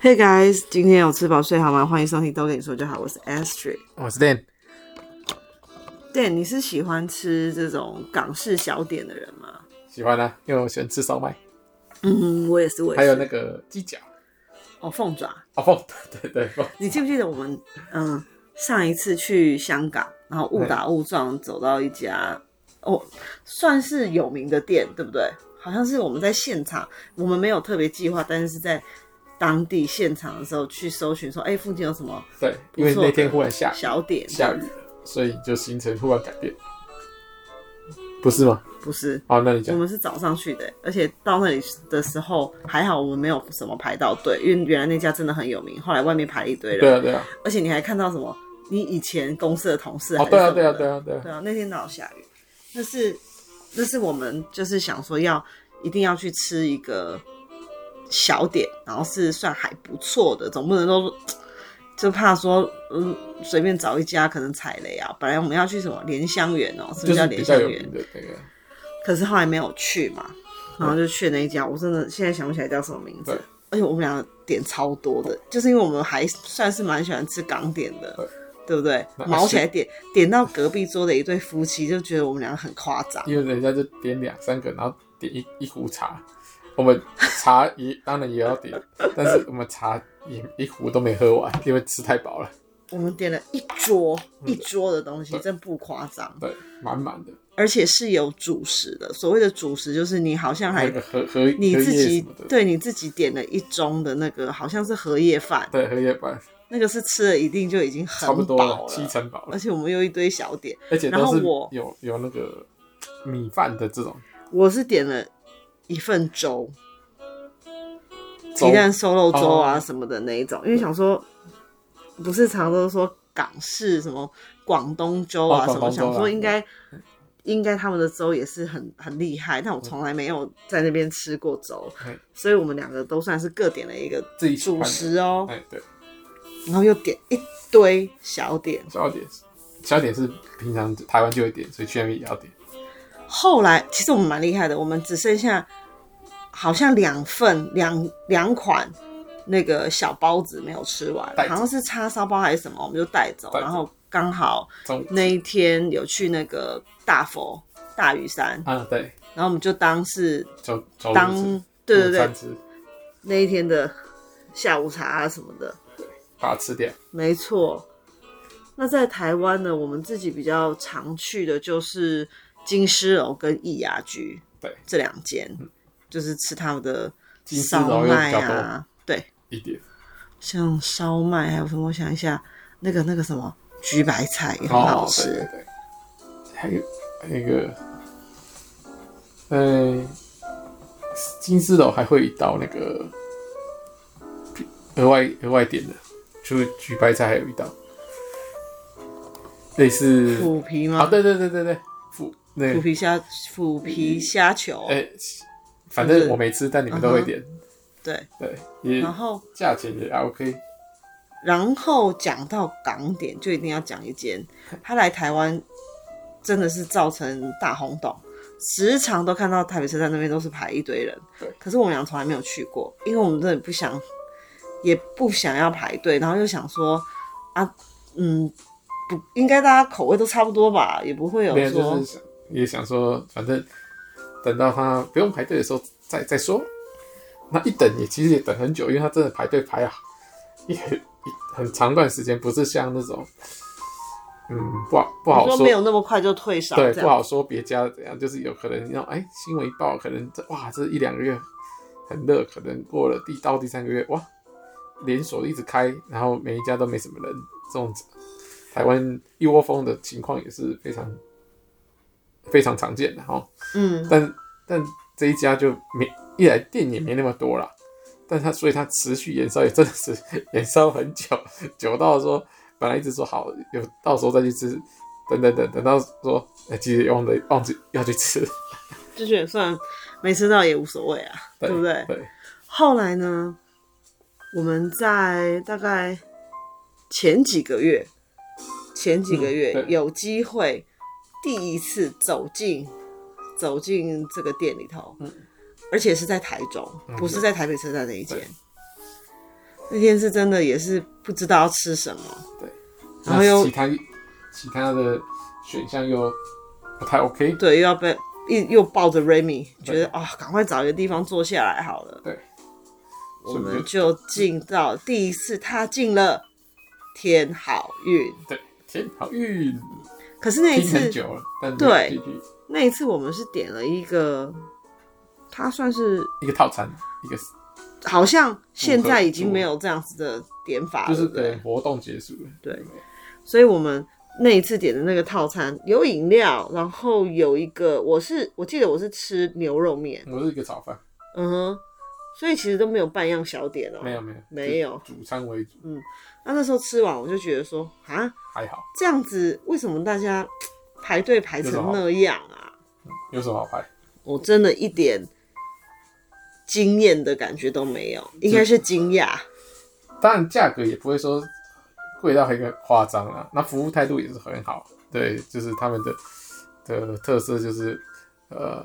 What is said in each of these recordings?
Hey guys，今天有吃饱睡好吗？欢迎收听《都跟你说就好》，我是 Astrid。我是 Dan，对，你是喜欢吃这种港式小点的人吗？喜欢啊，因为我喜欢吃烧麦，嗯，我也是，我也是。还有那个鸡脚哦，凤爪，哦，凤， 对对对，凤你记不记得我们嗯上一次去香港，然后误打误撞走到一家哦算是有名的店，对不对？好像是我们在现场，我们没有特别计划，但是是在当地现场的时候去搜寻说，哎、附近有什么对，因为不错的那天忽然下小点？下雨了，所以就行程忽然改变，不是吗？不是，好，那你我讲，们是早上去的，而且到那里的时候还好，我们没有什么排到队，因为原来那家真的很有名，后来外面排了一堆对人，啊对啊，而且你还看到什么？你以前公司的同事还哦是对什啊么对啊的对啊对啊，对啊，那天刚好下雨，那是那是我们就是想说要一定要去吃一个小点，然后是算还不错的，总不能都就怕说嗯随便找一家可能踩雷啊。本来我们要去什么莲香园哦，是不就是叫是莲比较香有园名？的那个，可是后来没有去嘛，对然后就去那一家，我真的现在想不起来叫什么名字嗯对。而且我们俩点超多的，就是因为我们还算是蛮喜欢吃港点的，对对不对？那毛起来点点到隔壁桌的一对夫妻，就觉得我们俩很夸张。因为人家就点两三个，然后点一一壶茶，我们茶也当然也要点，但是我们茶也一壶都没喝完，因为吃太饱了，我们点了一桌一桌的东西，真不夸张，对，满满的，而且是有主食的。所谓的主食就是你好像还有还个荷荷你荷自叶什己么的，对你自己点了一盅的那个，好像是荷叶饭，对，荷叶饭那个是吃了一定就已经很差不多饱了，了，七成饱了而。且我们又一堆小点。而且然都后是我有有那个米饭的这种我是点了一份粥，粥鸡，蛋瘦肉粥啊哦什么的那一种，因为想说，不是常都说港式什么广东粥啊哦什么，广东粥啊想说应该应该他们的粥也是很很厉害，但我从来没有在那边吃过粥嗯， 所以我们两个都算是各点了一个自己喜欢主的食哦，哎对，然后又点一堆小点。小点小点是平常台湾就会点，所以去那边也要点。后来其实我们蛮厉害的，我们只剩下好像两份两两款那个小包子没有吃完带，走好像是叉烧包还是什么，我们就带走。带走然后刚好中午那一天有去那个大佛大屿山，啊对，然后我们就当是中中午当吃对对午对餐吃那一天的下午茶啊什么的，把它吃掉，没错。那在台湾呢，我们自己比较常去的就是金狮楼跟益雅居，对，嗯这两间就是吃他们的金丝烧楼又比麦较多啊，对，一点。像烧麦还有什么？我想一下，那个那个什么焗白菜也很好哦，吃，对对对，还有那个，呃，金丝楼还会有一道那个额外额外点的，就是举白菜还有一道，类似腐皮啊，吗？对对对对对，腐那腐个皮虾腐皮虾球，哎、反是正我没吃，但你们都会嗯哼嗯点，对。对，也然后价钱也还 OK，然后讲到港点，就一定要讲一间，他来台湾真的是造成大轰动，时常都看到台北车站那边都是排一堆人。对可是我们俩从来没有去过，因为我们真的不想，也不想要排队，然后又想说啊，嗯，不应该大家口味都差不多吧，也不会有没有说就是想也想说，反正等到他不用排队的时候再再说。那一等也其实也等很久，因为他真的排队排啊，一很一很长段时间，不是像那种，嗯，不好不好你说没有那么快就退烧对，这不样。好说别家怎样，就是有可能那种哎，新闻一报，可能这哇这一两个月很热，可能过了第到第三个月，哇，连锁一直开，然后每一家都没什么人，这种台湾一窝蜂的情况也是非常非常常见的哈。嗯，但但这一家就没一来店也没那么多啦，但它所以它持续延烧也真的是 延烧很久，久到说本来一直说好有到时候再去吃，等等等等到说哎、其实也忘了忘记要去吃，就觉得算了没吃到也无所谓啊，对不对？对，后来呢，我们在大概前几个月，前几个月嗯对有机会第一次走进走进这个嗯店里头，而且是在台中，不是在台北车站那一间对。那天是真的也是不知道要吃什么，然后那又其他其他的选项又不太 OK，对，又要被一又抱着 Remy，对觉得啊，赶、快找一个地方坐下来好了。对，我所以我们们就进到第一次踏进了天好运，对，天好运可是那一听次很久了，但没有对进去那一次我们是点了一个，它算是一个套餐，一个好像现在已经没有这样子的点法了，嗯就是对不啊对等活动结束了，对所以我们那一次点的那个套餐有饮料，然后有一个我是我记得我是吃牛肉面，我是一个炒饭，嗯哼，所以其实都没有半样小点哦、没有没有没有就主餐为主，那那时候吃完我就觉得说啊，还好，这样子为什么大家排队排成那样啊？有什么好拍？我真的一点惊艳的感觉都没有，应该是惊讶。当然价格也不会说贵到很夸张啦，那服务态度也是很好，对，就是他们的的特色就是呃，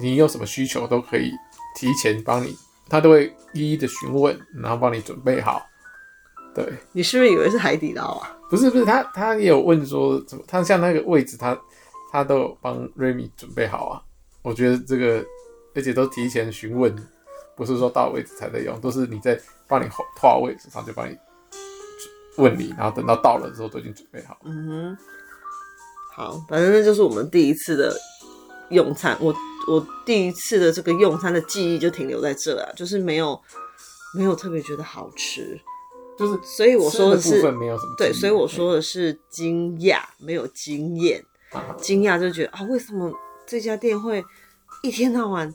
你有什么需求都可以提前帮你，他都会一一的询问，然后帮你准备好。对，你是不是以为是海底捞啊？不是不是，他他也有问说怎么，他像那个位置他他都有帮瑞米准备好啊，我觉得这个而且都提前询问，不是说到位置才在用，都是你在帮你画画位置上就帮你问你，然后等到到了之后都已经准备好。嗯哼，好，反正那就是我们第一次的用餐。我我第一次的这个用餐的记忆就停留在这啊，就是没有没有特别觉得好吃，就是所以我说的是部分没有什么对，记忆所以我说的是惊讶，没有经验。啊惊讶就觉得啊，为什么这家店会一天到晚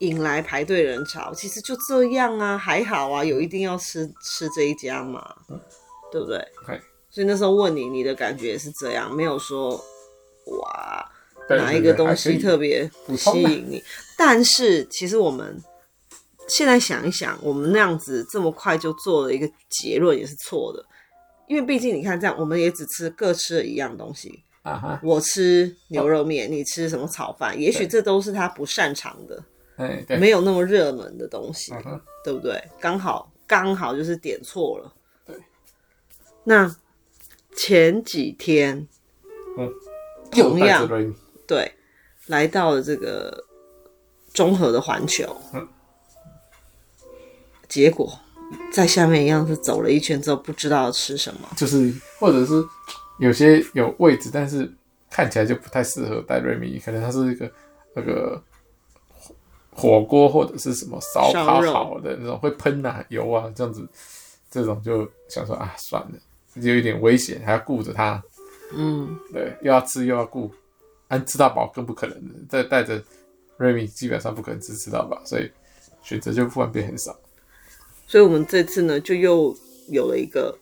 引来排队人潮？其实就这样啊，还好啊，有一定要吃吃这一家嘛，对不对？ OK 所以那时候问你，你的感觉也是这样，没有说哇对哪一个对对东还西可以特别普吸通啊引你。但是其实我们现在想一想，我们那样子这么快就做了一个结论也是错的，因为毕竟你看这样，我们也只吃各吃了一样东西，啊哈，我吃牛肉面，你吃什么炒饭？也许这都是他不擅长的，哎对，没有那么热门的东西，嗯哼对不对？刚好刚好就是点错了。对。那前几天又同带样着瑞米，对来到了这个综合的环球，嗯结果在下面一样是走了一圈之后，不知道吃什么。就是或者是有些有位置，但是看起来就不太适合带瑞米，可能它是一个那个火火锅或者是什么烧烧烤肉好的那种会喷啊油啊这样子，这种就想说啊算了，有一点危险，还要顾着它，嗯，对，又要吃又要顾，按吃到饱更不可能的，再带着瑞米基本上不可能吃吃到饱，所以选择就突然变很少。所以我们这次呢，就又有了一个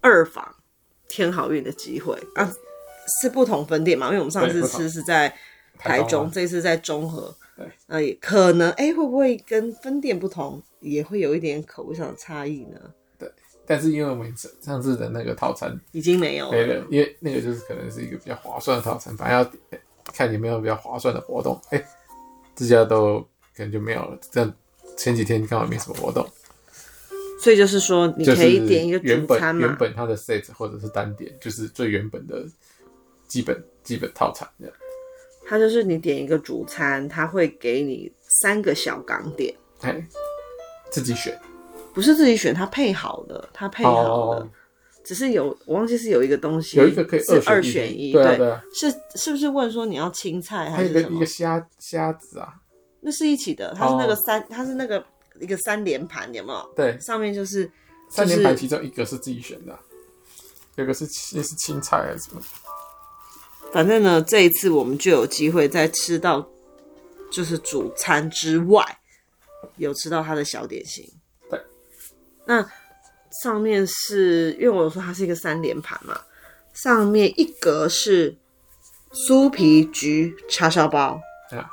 二访天好运的机会啊，是不同分店嘛？因为我们上对次不同吃是在台台中中，啊这次在中和对，那也可能哎、会不会跟分店不同，也会有一点口味上的差异呢？但是因为我们上上次的那个套餐已经没有没了，了，因为那个就是可能是一个比较划算的套餐，反正要呃看有没有比较划算的活动。哎、这家都可能就没有了。这样前几天刚好没什么活动，所以就是说，你就可是以点一个原主餐本嘛原，本它的 set 或者是单点，就是最原本的基本基本套餐这样。它就是你点一个主餐，它会给你三个小港点，哎、自己选不是自己选，它配好的，它配好的。哦只是有我忘记是有一个东西，有一个可以是二二选选一，一对啊对啊是是不是问说你要青菜还还有一是个什一么个？虾虾子啊，那是一起的，它是那个哦三，它是那个一个三连盘，有没有？对，上面就是三就是连盘其中一个是自己选的啊、有个是那是青菜还是什么？反正呢，这一次我们就有机会在吃到就是主餐之外，有吃到它的小点心。对，那上面是因为我有说它是一个三连盘嘛，上面一格是酥皮焗叉烧包，啊，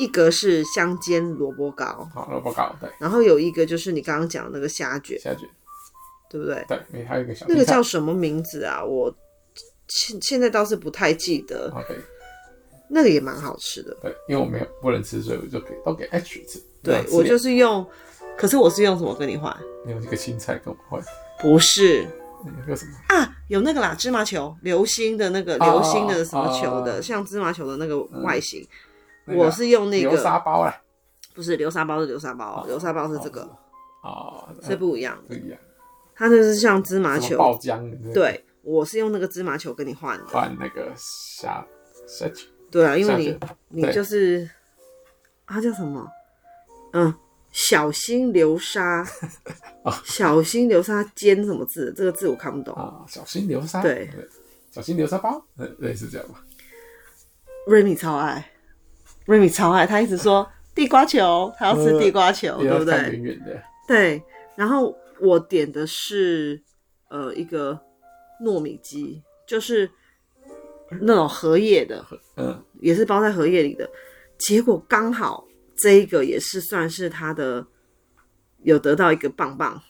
一格是香煎萝卜糕，好萝卜糕，对，然后有一个就是你刚刚讲的那个虾卷，下卷，对不对？对，没还有一个小那个青菜叫什么名字啊？我现现在倒是不太记得， OK。那个也蛮好吃的。呃对，因为我没有不能吃，所以我就给都给 H 吃。对那吃我点就是用可是我是用什么跟你换？你有一个青菜跟我换，不是那个什么？啊，有那个啦，芝麻球，流星的那个哦流星的什么球的，哦嗯像芝麻球的那个外形。那个我是用那流沙个，包啦。不是流沙包是流沙包哦，流沙包是这个，哦，是不不一样的。不一样，它就是像芝麻什么球，爆浆的那个，对，我是用那个芝麻球跟你换的。换那个虾虾球，对啊，因为下你你对就是，它叫什么？嗯，小心流沙， 哦小心流沙尖什么字？这个字我看不懂。啊，小心流沙，对，小心流沙包，呃类似这样吧。瑞米超爱，瑞米超爱，他一直说地瓜球，他要吃地瓜球，呃哦也对要不看对？远远的，对。然后我点的是呃一个糯米鸡，就是那种荷叶的，嗯，也是包在荷叶里的。结果刚好这一个也是算是他的有得到一个棒棒，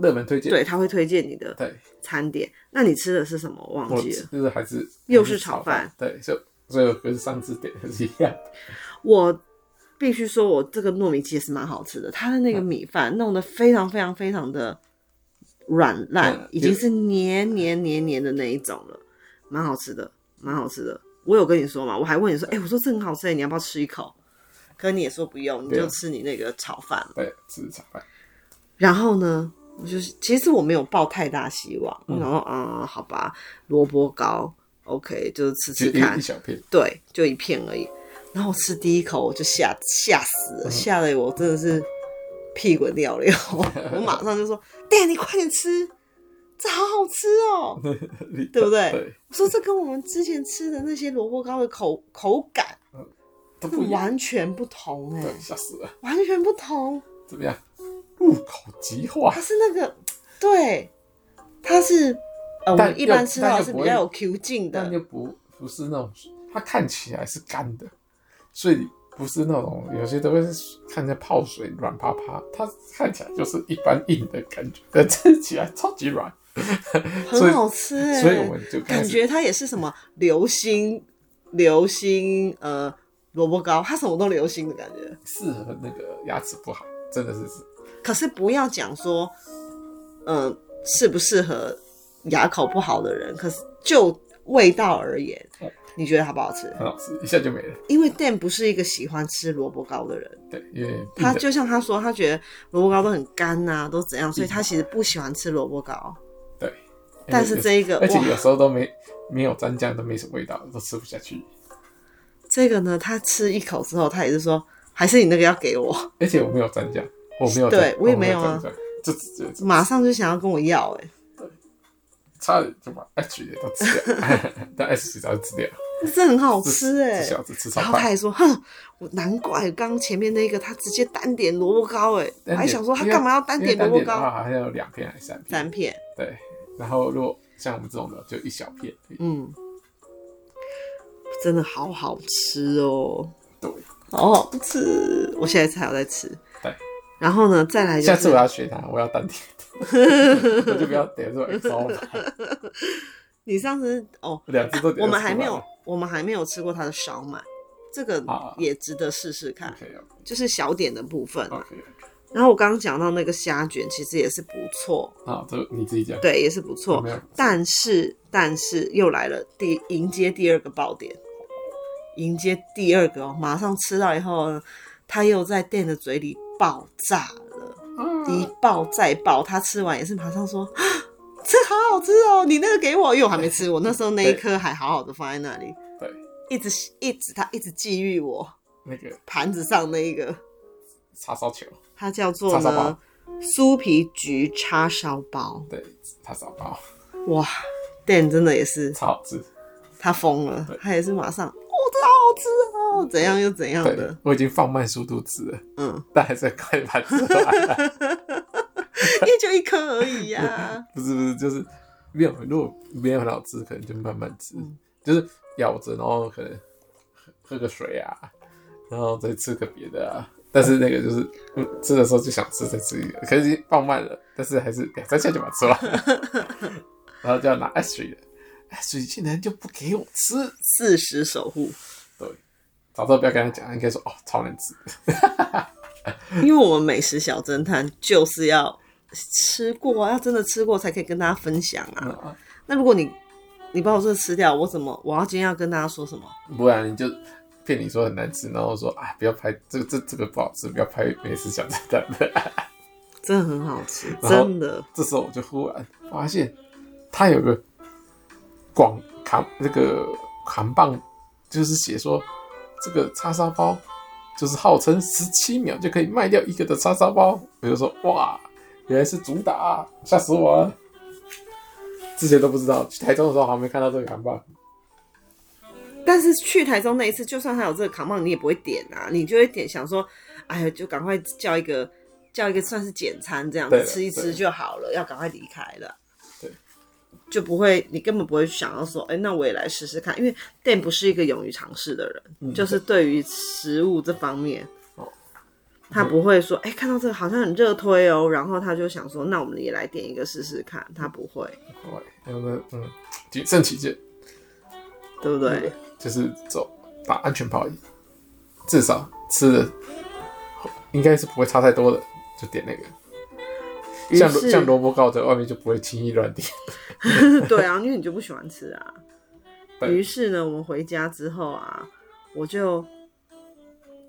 热门推荐，对，他会推荐你的对，餐点。那你吃的是什么？我忘我记了。就是还是又还是是炒炒饭，对，就所以我跟上次点的是一样，我必须说，我这个糯米鸡也是蛮好吃的，它的那嗯个米饭弄得非常非常非常的软烂嗯，已经是黏黏黏黏的那一种了，蛮好吃的，蛮好吃的。我有跟你说嘛，我还问你说，哎、我说这很好吃、你要不要吃一口？可你也说不用，你对就啊吃你那个炒饭嘛对，吃炒饭，然后呢，我就是其实我没有抱太大希望，我想说，嗯，好吧，萝卜糕，OK，就是吃就吃一看一，小片，对，就一片而已。然后我吃第一口，我就吓吓嗯死了，吓得我真的是屁滚尿 流。我马上就说：“爹，你快点吃，这好好吃哦！”对对不对对，我说这跟我们之前吃的那些萝卜糕的口口感都是不一样，完全不同哎、对，吓死了，完全不同。怎么样？入口即化它，是那个，对，它是呃，我但们一般又吃到但的又是不比会较有 Q 劲但的，又不不是那种，它看起来是干的，所以不是那种有些都会是看起来泡水软趴趴，它看起来就是一般硬的感觉，但吃起来超级软，所很以好吃哎、所以我们就开感始觉它也是什么流星流星呃萝卜糕，它什么都流星的感觉。适合那个牙齿不好，真的是可是不要讲说，嗯、适不适合牙口不好的人，可是就味道而言嗯，你觉得好不好吃？很好吃，一下就没了。因为 Dan 不是一个喜欢吃萝卜糕的人。对，因为他硬的就像他说，他觉得萝卜糕都很干呐、都怎样，所以他其实不喜欢吃萝卜糕。对，但是这一个，而且哇有时候都没没有蘸酱都没什么味道，都吃不下去。这个呢，他吃一口之后，他也是说，还是你那个要给我，而且我没有蘸酱，我没有蘸，对我也没没有啊蘸酱，就直接马上就想要跟我要、欸，差点就把 H 也都吃掉， 但 S 早就吃掉，哎，这很好吃哎、这小子吃超然后他快，还说，哼，我难怪刚前面那个他直接单点萝卜糕、欸，哎，单点还想说他因为干嘛要单因为点萝卜的糕？话好像有两片还是三片，三片，对。然后如果像我们这种的，就一小片而已，嗯，真的好好吃哦，对。好好吃，我现在才有在吃。对。然后呢，再来就是下次我要学他，我要单点， 我就不要点这种 XO 了，你上次哦，两只都点。我们还没有，我们还没有吃过它的烧麦，这个啊也值得试试看， OK 就是小点的部分啊。 OK，然后我刚刚讲到那个虾卷，其实也是不错，好，这你自己讲。对，也是不错没有。但是，但是又来了第迎接第二个爆点，迎接第二个哦，马上吃到以后呢，它又在店的嘴里爆炸了。一啊爆再爆，他吃完也是马上说：“啊 这好好吃哦，你那个给我，因为我还没吃，我那时候那一颗还好好的放在那里，对，一直一直他一直觊觎我那个盘子上那一个，叉烧球，它叫做叉烧包呢酥皮焗叉烧包，对，叉烧包哇，Dan 真的也是超好吃。他疯了对，他也是马上哦，这好好吃哦，怎样又怎样对的，，我已经放慢速度吃了，嗯，但还是很快把它吃完。也就一颗而已呀、啊 不是不是，就是没有，如果没有很好吃，可能就慢慢吃，嗯就是咬着，然后可能喝喝个水啊，然后再吃个别的啊。但是那个就是，嗯，吃的时候就想吃再吃一个，可是放慢了，但是还是两三下就把它吃完了然后就要拿 S 水的，S 水竟然就不给我吃，四十守护。对，早知道不要跟他讲，应该说哦超难吃，因为我们美食小侦探就是要吃过啊，要真的吃过才可以跟大家分享啊。嗯那如果你你把我这个吃掉，我怎么我要今天要跟大家说什么？不然你就骗你说很难吃，然后说啊不要拍这个这这个不好吃，不要拍美食小侦探的。真的很好吃，后真的。这时候我就忽然发现，它有个广扛那个扛棒，就是写说这个叉烧包就是号称十七秒就可以卖掉一个的叉烧包，我就说哇，原来是主打、啊，吓死我了！之前都不知道，去台中的时候好像没看到这个扛棒。但是去台中那一次，就算它有这个扛棒，你也不会点啊，你就会点想说，哎呀，就赶快叫一个叫一个算是简餐这样对子了吃一对吃了就好了，要赶快离开了。对，就不会，你根本不会想要说，哎、那我也来试试看，因为 Dan 不是一个勇于尝试的人，就是对于食物这方面。嗯哦他不会说，哎、看到这个好像很热推哦，然后他就想说，那我们也来点一个试试看。他不会，对，然后呢，嗯，谨慎起见，对不嗯对？就是走打安全牌，至少吃的应该是不会差太多的，就点那个。于像萝是像萝卜糕在外面就不会轻易乱点， 对啊，因为你就不喜欢吃啊。对于是呢，我们回家之后啊，我就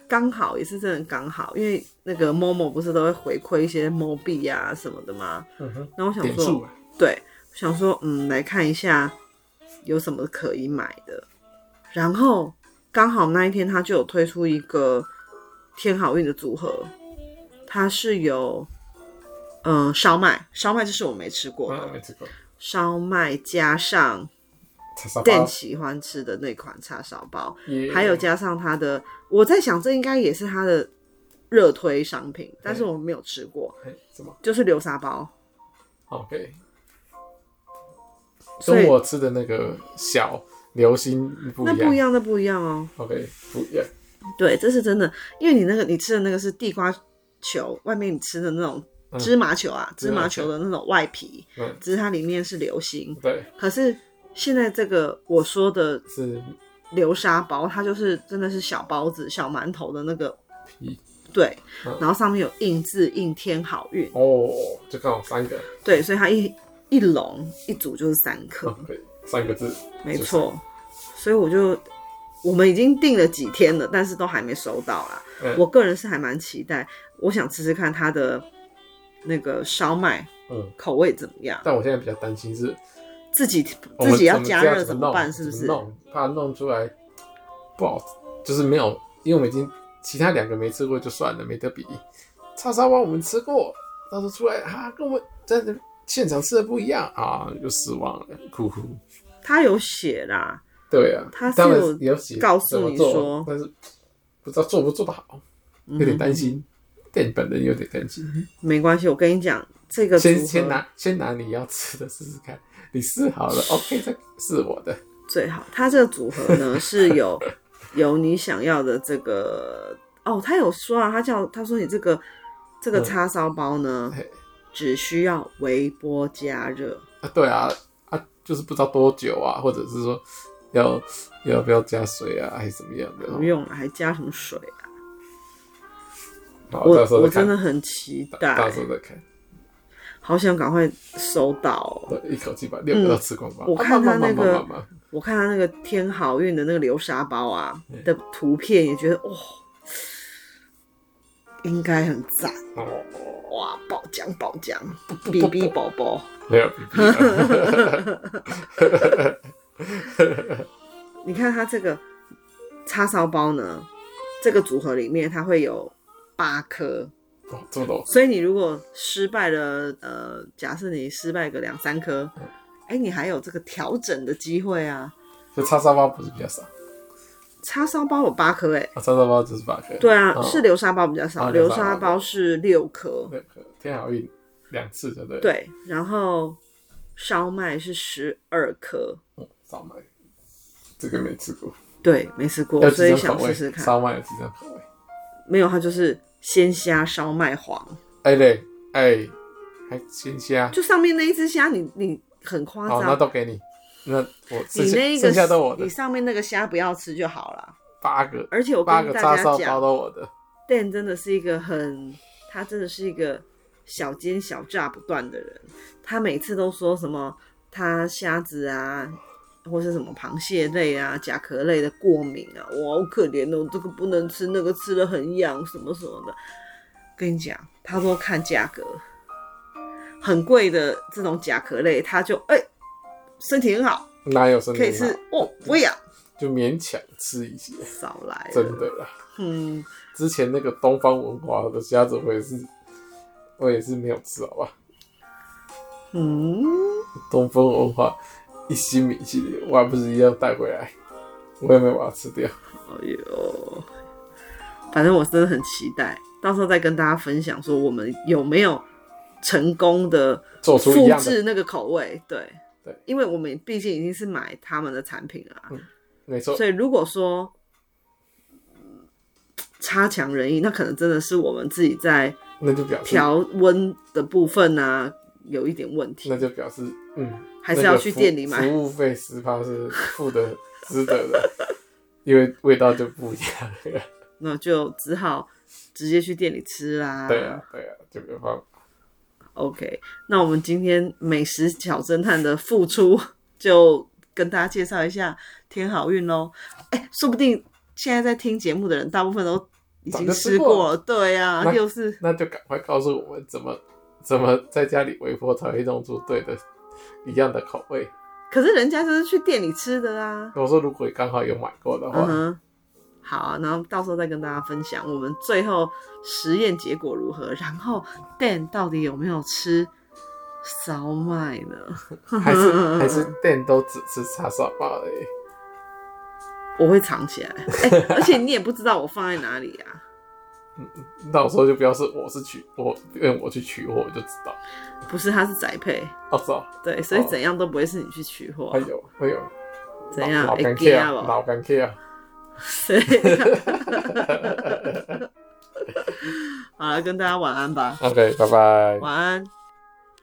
刚好也是真的刚好，因为那个 Momo 不是都会回馈一些 m o 币啊什么的吗？嗯哼，那我想点数说，啊，对，想说嗯，来看一下有什么可以买的。然后刚好那一天他就有推出一个天好运的组合，它是有嗯烧麦，烧麦这是我没吃过的，嗯，没吃过，烧麦加上叉烧 Dan 包，喜欢吃的那款叉烧包，耶还有加上他的，我在想这应该也是他的热推商品，但是我没有吃过，哎什么哦就是流沙包。 ？OK，所跟以我吃的那个小流星不那一不一样样，那不一样哦。 ，OK，不一样，对，这是真的，因为你那个你吃的那个是地瓜球，外面你吃的那种嗯芝麻球啊，芝芝麻麻球球的那种外皮，嗯，只是它里面是流心。对，可是现在这个我说的是流沙包，它就是真的是小包子、小馒头的那个皮对嗯，然后上面有印字印天好运，哦，就刚好三个对，所以它一一笼一组就是三颗， ，OK，三个哦字，没错。所以我就我们已经订了几天了，但是都还没收到啦。嗯我个人是还蛮期待，我想吃吃看它的那个烧麦嗯，口味怎么样，但我现在比较担心是自己我们自己要怎么加这样热怎么弄办？是不是怎？么弄怕弄出来不好，就是没有，因为我们已经其他两个没吃过就算了，没得比。叉烧包我们吃过，到时候出来啊，跟我们在那现场吃的不一样啊，就失望了，哭哭。它有写啦，对啊，他是当然有也有写告诉怎么你做说但是不知道做不做得好，有点担心。 店本人有点担心，嗯没关系，我跟你讲，这个先组先合拿先拿你要吃的试试看，你试 好了，OK 再试我的。最好。它这个组合呢是 有有你想要的这个哦，他有说啊，他叫他说你这个这个嗯叉烧包呢，嘿只需要微波加热，啊，对啊，啊，就是不知道多久啊，或者是说要要不要加水啊，还是怎么样的？不用了，还加什么水啊？好，我到时候我再真看，的很期到到待时，候再看，好想赶快收到、哦。对，一口气把六个都吃光光。我啊看他那慢慢慢慢慢慢我看他那个天好运的那个流沙包啊嗯的图片，也觉得哦，应该很赞慢哦，哇！爆浆爆浆，比比宝宝。没有，没有你看它这个叉烧包呢，这个组合里面它会有八颗，哦这么多，所以你如果失败了，呃，假设你失败个两三颗，哎、你还有这个调整的机会啊。就叉烧包不是比较少，啊，叉烧包有八颗、哎，叉烧包就是八颗，对啊，哦是流沙包比较少，哦流流沙包沙包是六颗，六颗，天好运两次，对不对？，对，然后烧麦是十二颗，烧麦这个没吃过，对，没吃过有，所几以种想口味试？试看。烧麦有几种口味？没有，它就是鲜虾烧麦黄，哎嘞，哎，还鲜虾。就上面那一只虾，你你很夸好，哦那张，都给你。那我剩你下那个剩下都我的你上面那个虾不要吃就好了。八个，而且我八跟个大家叉烧包讲，都我的。 Dan 真的是一个很，他真的是一个小奸小诈不断的人。他每次都说什么他虾子啊，或是什么螃蟹类啊、甲壳类的过敏啊，我好可怜哦，这个不能吃，那个吃了很痒，什么什么的。跟你讲，他都看价格，很贵的这种甲壳类，他就哎、身体很好，哪有生可以病吃啊？哦，不痒，就勉强吃一些，少来真了，的啦。嗯。之前那个东方文华的虾子，我也是，我也是没有吃，好吧？嗯，东方文化一星米系列，我还不是一样带回来？我也没有把它吃掉。哎呦，反正我真的很期待，到时候再跟大家分享说我们有没有成功的做出一复样的，制那个口味。对，对，因为我们毕竟已经是买他们的产品了啊、没错，所以如果说嗯差强人意，那可能真的是我们自己在那就表示，调温的部分啊有一点问题那，就表示，嗯，还是要去那个服店里买。服务费十趴是付的，值得的， 因为味道就不一样了。那就只好直接去店里吃啦。对啊，对啊，就没办法。 OK，那我们今天美食小侦探的付出就跟大家介绍一下天好运喽。哎，说不定现在在听节目的人，大部分都已经吃过了。对呀、那又是那就赶快告诉我们怎么怎么在家里微波才会弄出对的一样的口味。可是人家就是去店里吃的啊。我说如果刚好有买过的嗯话，哼，好啊，然后到时候再跟大家分享我们最后实验结果如何，然后 Dan 到底有没有吃烧麦呢？还嗯是还是店都只吃叉烧包而已。我会藏起来。哎， 而且你也不知道我放在哪里啊。到时候就不要是我是取我，因为我去取货我就知道。不是，它是宅配。哦，是哦，对，所以哦怎样都不会是你去取货哎，呦哎呦，怎样？老会干 K 惊啊，啊老干 K 啊，所以 好了，跟大家晚安吧， OK，拜拜。晚安。